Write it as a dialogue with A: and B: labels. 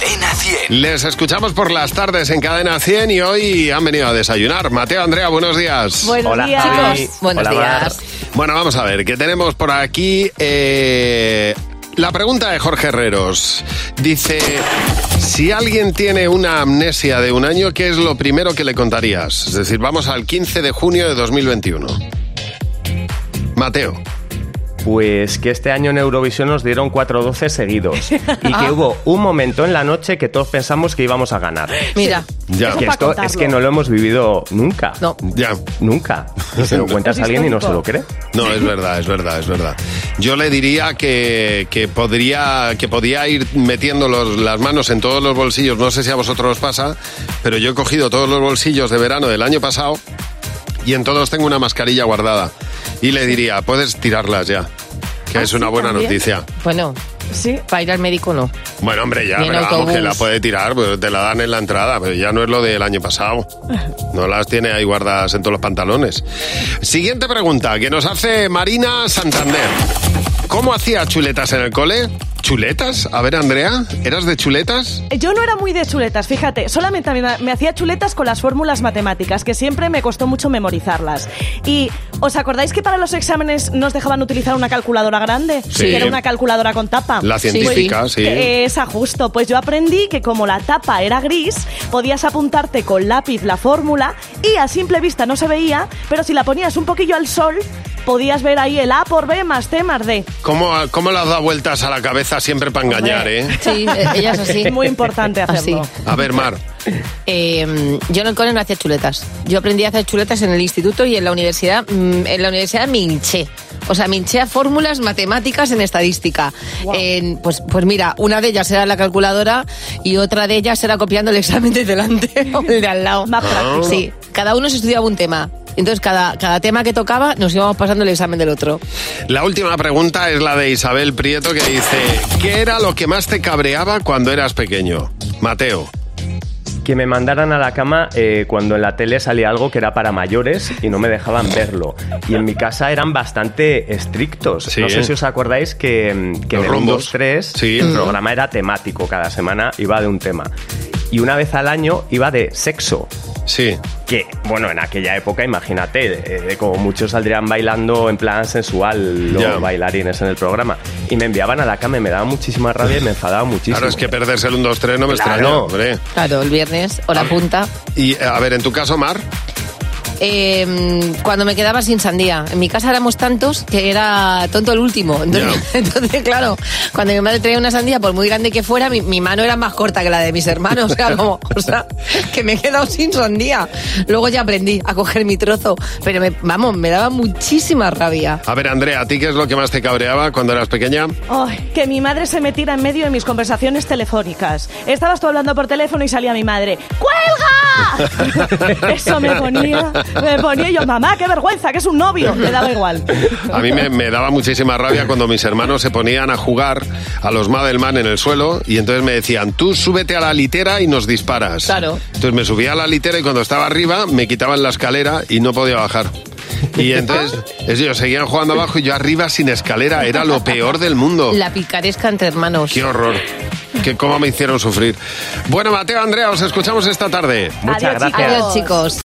A: 100.
B: Les escuchamos por las tardes en Cadena 100 y hoy han venido a desayunar. Mateo, Andrea, buenos días.
C: Buenos Hola, días. Javi.
D: Buenos Hola, días.
B: Bueno, vamos a ver, ¿qué tenemos por aquí? Eh, la pregunta de Jorge Herreros. Dice, si alguien tiene una amnesia de un año, ¿qué es lo primero que le contarías? Es decir, vamos al 15 de junio de 2021. Mateo.
E: Pues que este año en Eurovisión nos dieron 4-12 seguidos y que hubo un momento en la noche que todos pensamos que íbamos a ganar.
D: Mira,
B: Ya.
E: Es que
D: pa'
E: esto
D: contarlo.
E: es que no lo hemos vivido nunca.
D: No.
B: Ya.
E: Nunca. Y se lo cuentas a alguien y no se lo cree.
B: No, es verdad, es verdad, es verdad. Yo le diría que, que podría que podía ir metiendo los- las manos en todos los bolsillos. No sé si a vosotros os pasa, pero yo he cogido todos los bolsillos de verano del año pasado y en todos tengo una mascarilla guardada. Y le diría, puedes tirarlas ya, que
C: Ah,
B: es una
C: sí,
B: buena
C: también.
B: noticia.
D: bueno,
C: Sí.
D: para ir al médico no.
B: Bueno, hombre, ya,
D: Y en
B: pero vamos, que
D: autobús.
B: la puede tirar, pues te la dan en la entrada, pero ya no es lo del año pasado. No las tiene ahí guardadas en todos los pantalones. Siguiente pregunta que nos hace Marina Santander. ¿Cómo hacía chuletas en el cole? ¿Chuletas? A ver, Andrea, ¿eras de chuletas?
C: Yo no era muy de chuletas, fíjate, solamente me, me hacía chuletas con las fórmulas matemáticas, que siempre me costó mucho memorizarlas. Y ¿os acordáis que para los exámenes nos dejaban utilizar una calculadora grande?
B: Sí.
C: Que era una calculadora con tapa.
B: La
D: Sí,
B: científica, sí.
C: Esa, justo. Pues yo aprendí que como la tapa era gris, podías apuntarte con lápiz la fórmula y a simple vista no se veía, pero si la ponías un poquillo al sol, podías ver ahí el A por B más C más D.
B: ¿Cómo, ¿Cómo le has dado vueltas a la cabeza siempre para engañar, eh?
D: Sí, Ah, eh, ella es así.
C: Muy importante
D: Así.
C: hacerlo.
B: A ver, Mar.
D: Eh, yo en el cole no hacía chuletas. Yo aprendí a hacer chuletas en el instituto y en la universidad. mm, En la universidad me hinché. O sea, me hinché a fórmulas matemáticas en estadística. En- pues, pues mira, una de ellas era la calculadora y otra de ellas era copiando el examen de delante o el de al lado.
C: Más práctico.
D: Sí, cada uno se estudiaba un tema. Entonces, cada, cada tema que tocaba nos íbamos pasando el examen del otro.
B: La última pregunta es la de Isabel Prieto que dice, ¿qué era lo que más te cabreaba cuando eras pequeño? Mateo.
E: Que me mandaran a la cama eh, cuando en la tele salía algo que era para mayores y no me dejaban verlo. Y en mi casa eran bastante estrictos.
B: Sí,
E: no sé
B: ¿eh?
E: si os acordáis que, mm, que
B: Los
E: en el
B: rumbos.
E: 3
B: Sí.
E: el
B: Ujú.
E: programa era temático. Cada semana iba de un tema. Y una vez al año iba de sexo.
B: Sí.
E: que, bueno, en aquella época, imagínate, eh, como muchos saldrían bailando en plan sensual los
B: Ya.
E: bailarines en el programa. Y me enviaban a la cama, y me daba muchísima rabia y me enfadaba muchísimo.
B: Claro, es que perderse el 1-2-3 no me
E: Claro.
B: extrañó, hombre.
D: Claro, el viernes, hora punta.
B: Y eh, a ver, en tu caso, Mar,
D: Eh, cuando me quedaba sin sandía. En mi casa éramos tantos que era tonto el último. Entonces, entonces, claro, cuando mi madre traía una sandía, por muy grande que fuera, mi, mi mano era más corta que la de mis hermanos. Era como, o sea, que me he quedado sin sandía. Luego ya aprendí a coger mi trozo. Pero me- vamos, me daba muchísima rabia.
B: a ver, Andrea, ¿a ti qué es lo que más te cabreaba cuando eras pequeña?
C: Ay, que mi madre se metiera en medio de mis conversaciones telefónicas. Estabas tú hablando por teléfono y salía mi madre. ¡Cuelga! Eso me ponía. Me ponía y yo, mamá, qué vergüenza, que es un novio. Me daba igual.
B: A mí me, me daba muchísima rabia cuando mis hermanos se ponían a jugar a los Madelman en el suelo y entonces me decían, tú súbete a la litera y nos disparas.
D: Claro.
B: Entonces me subía a la litera y cuando estaba arriba me quitaban la escalera y no podía bajar. Y entonces ellos seguían jugando abajo y yo arriba sin escalera. Era lo peor del mundo.
D: La picaresca entre hermanos.
B: Oh. Qué horror. Que cómo me hicieron sufrir. Bueno, Mateo, Andrea, os escuchamos esta tarde.
E: Muchas
C: Adiós,
E: gracias.
C: chicos.
D: Adiós, chicos.